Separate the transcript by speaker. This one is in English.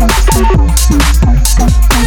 Speaker 1: Thank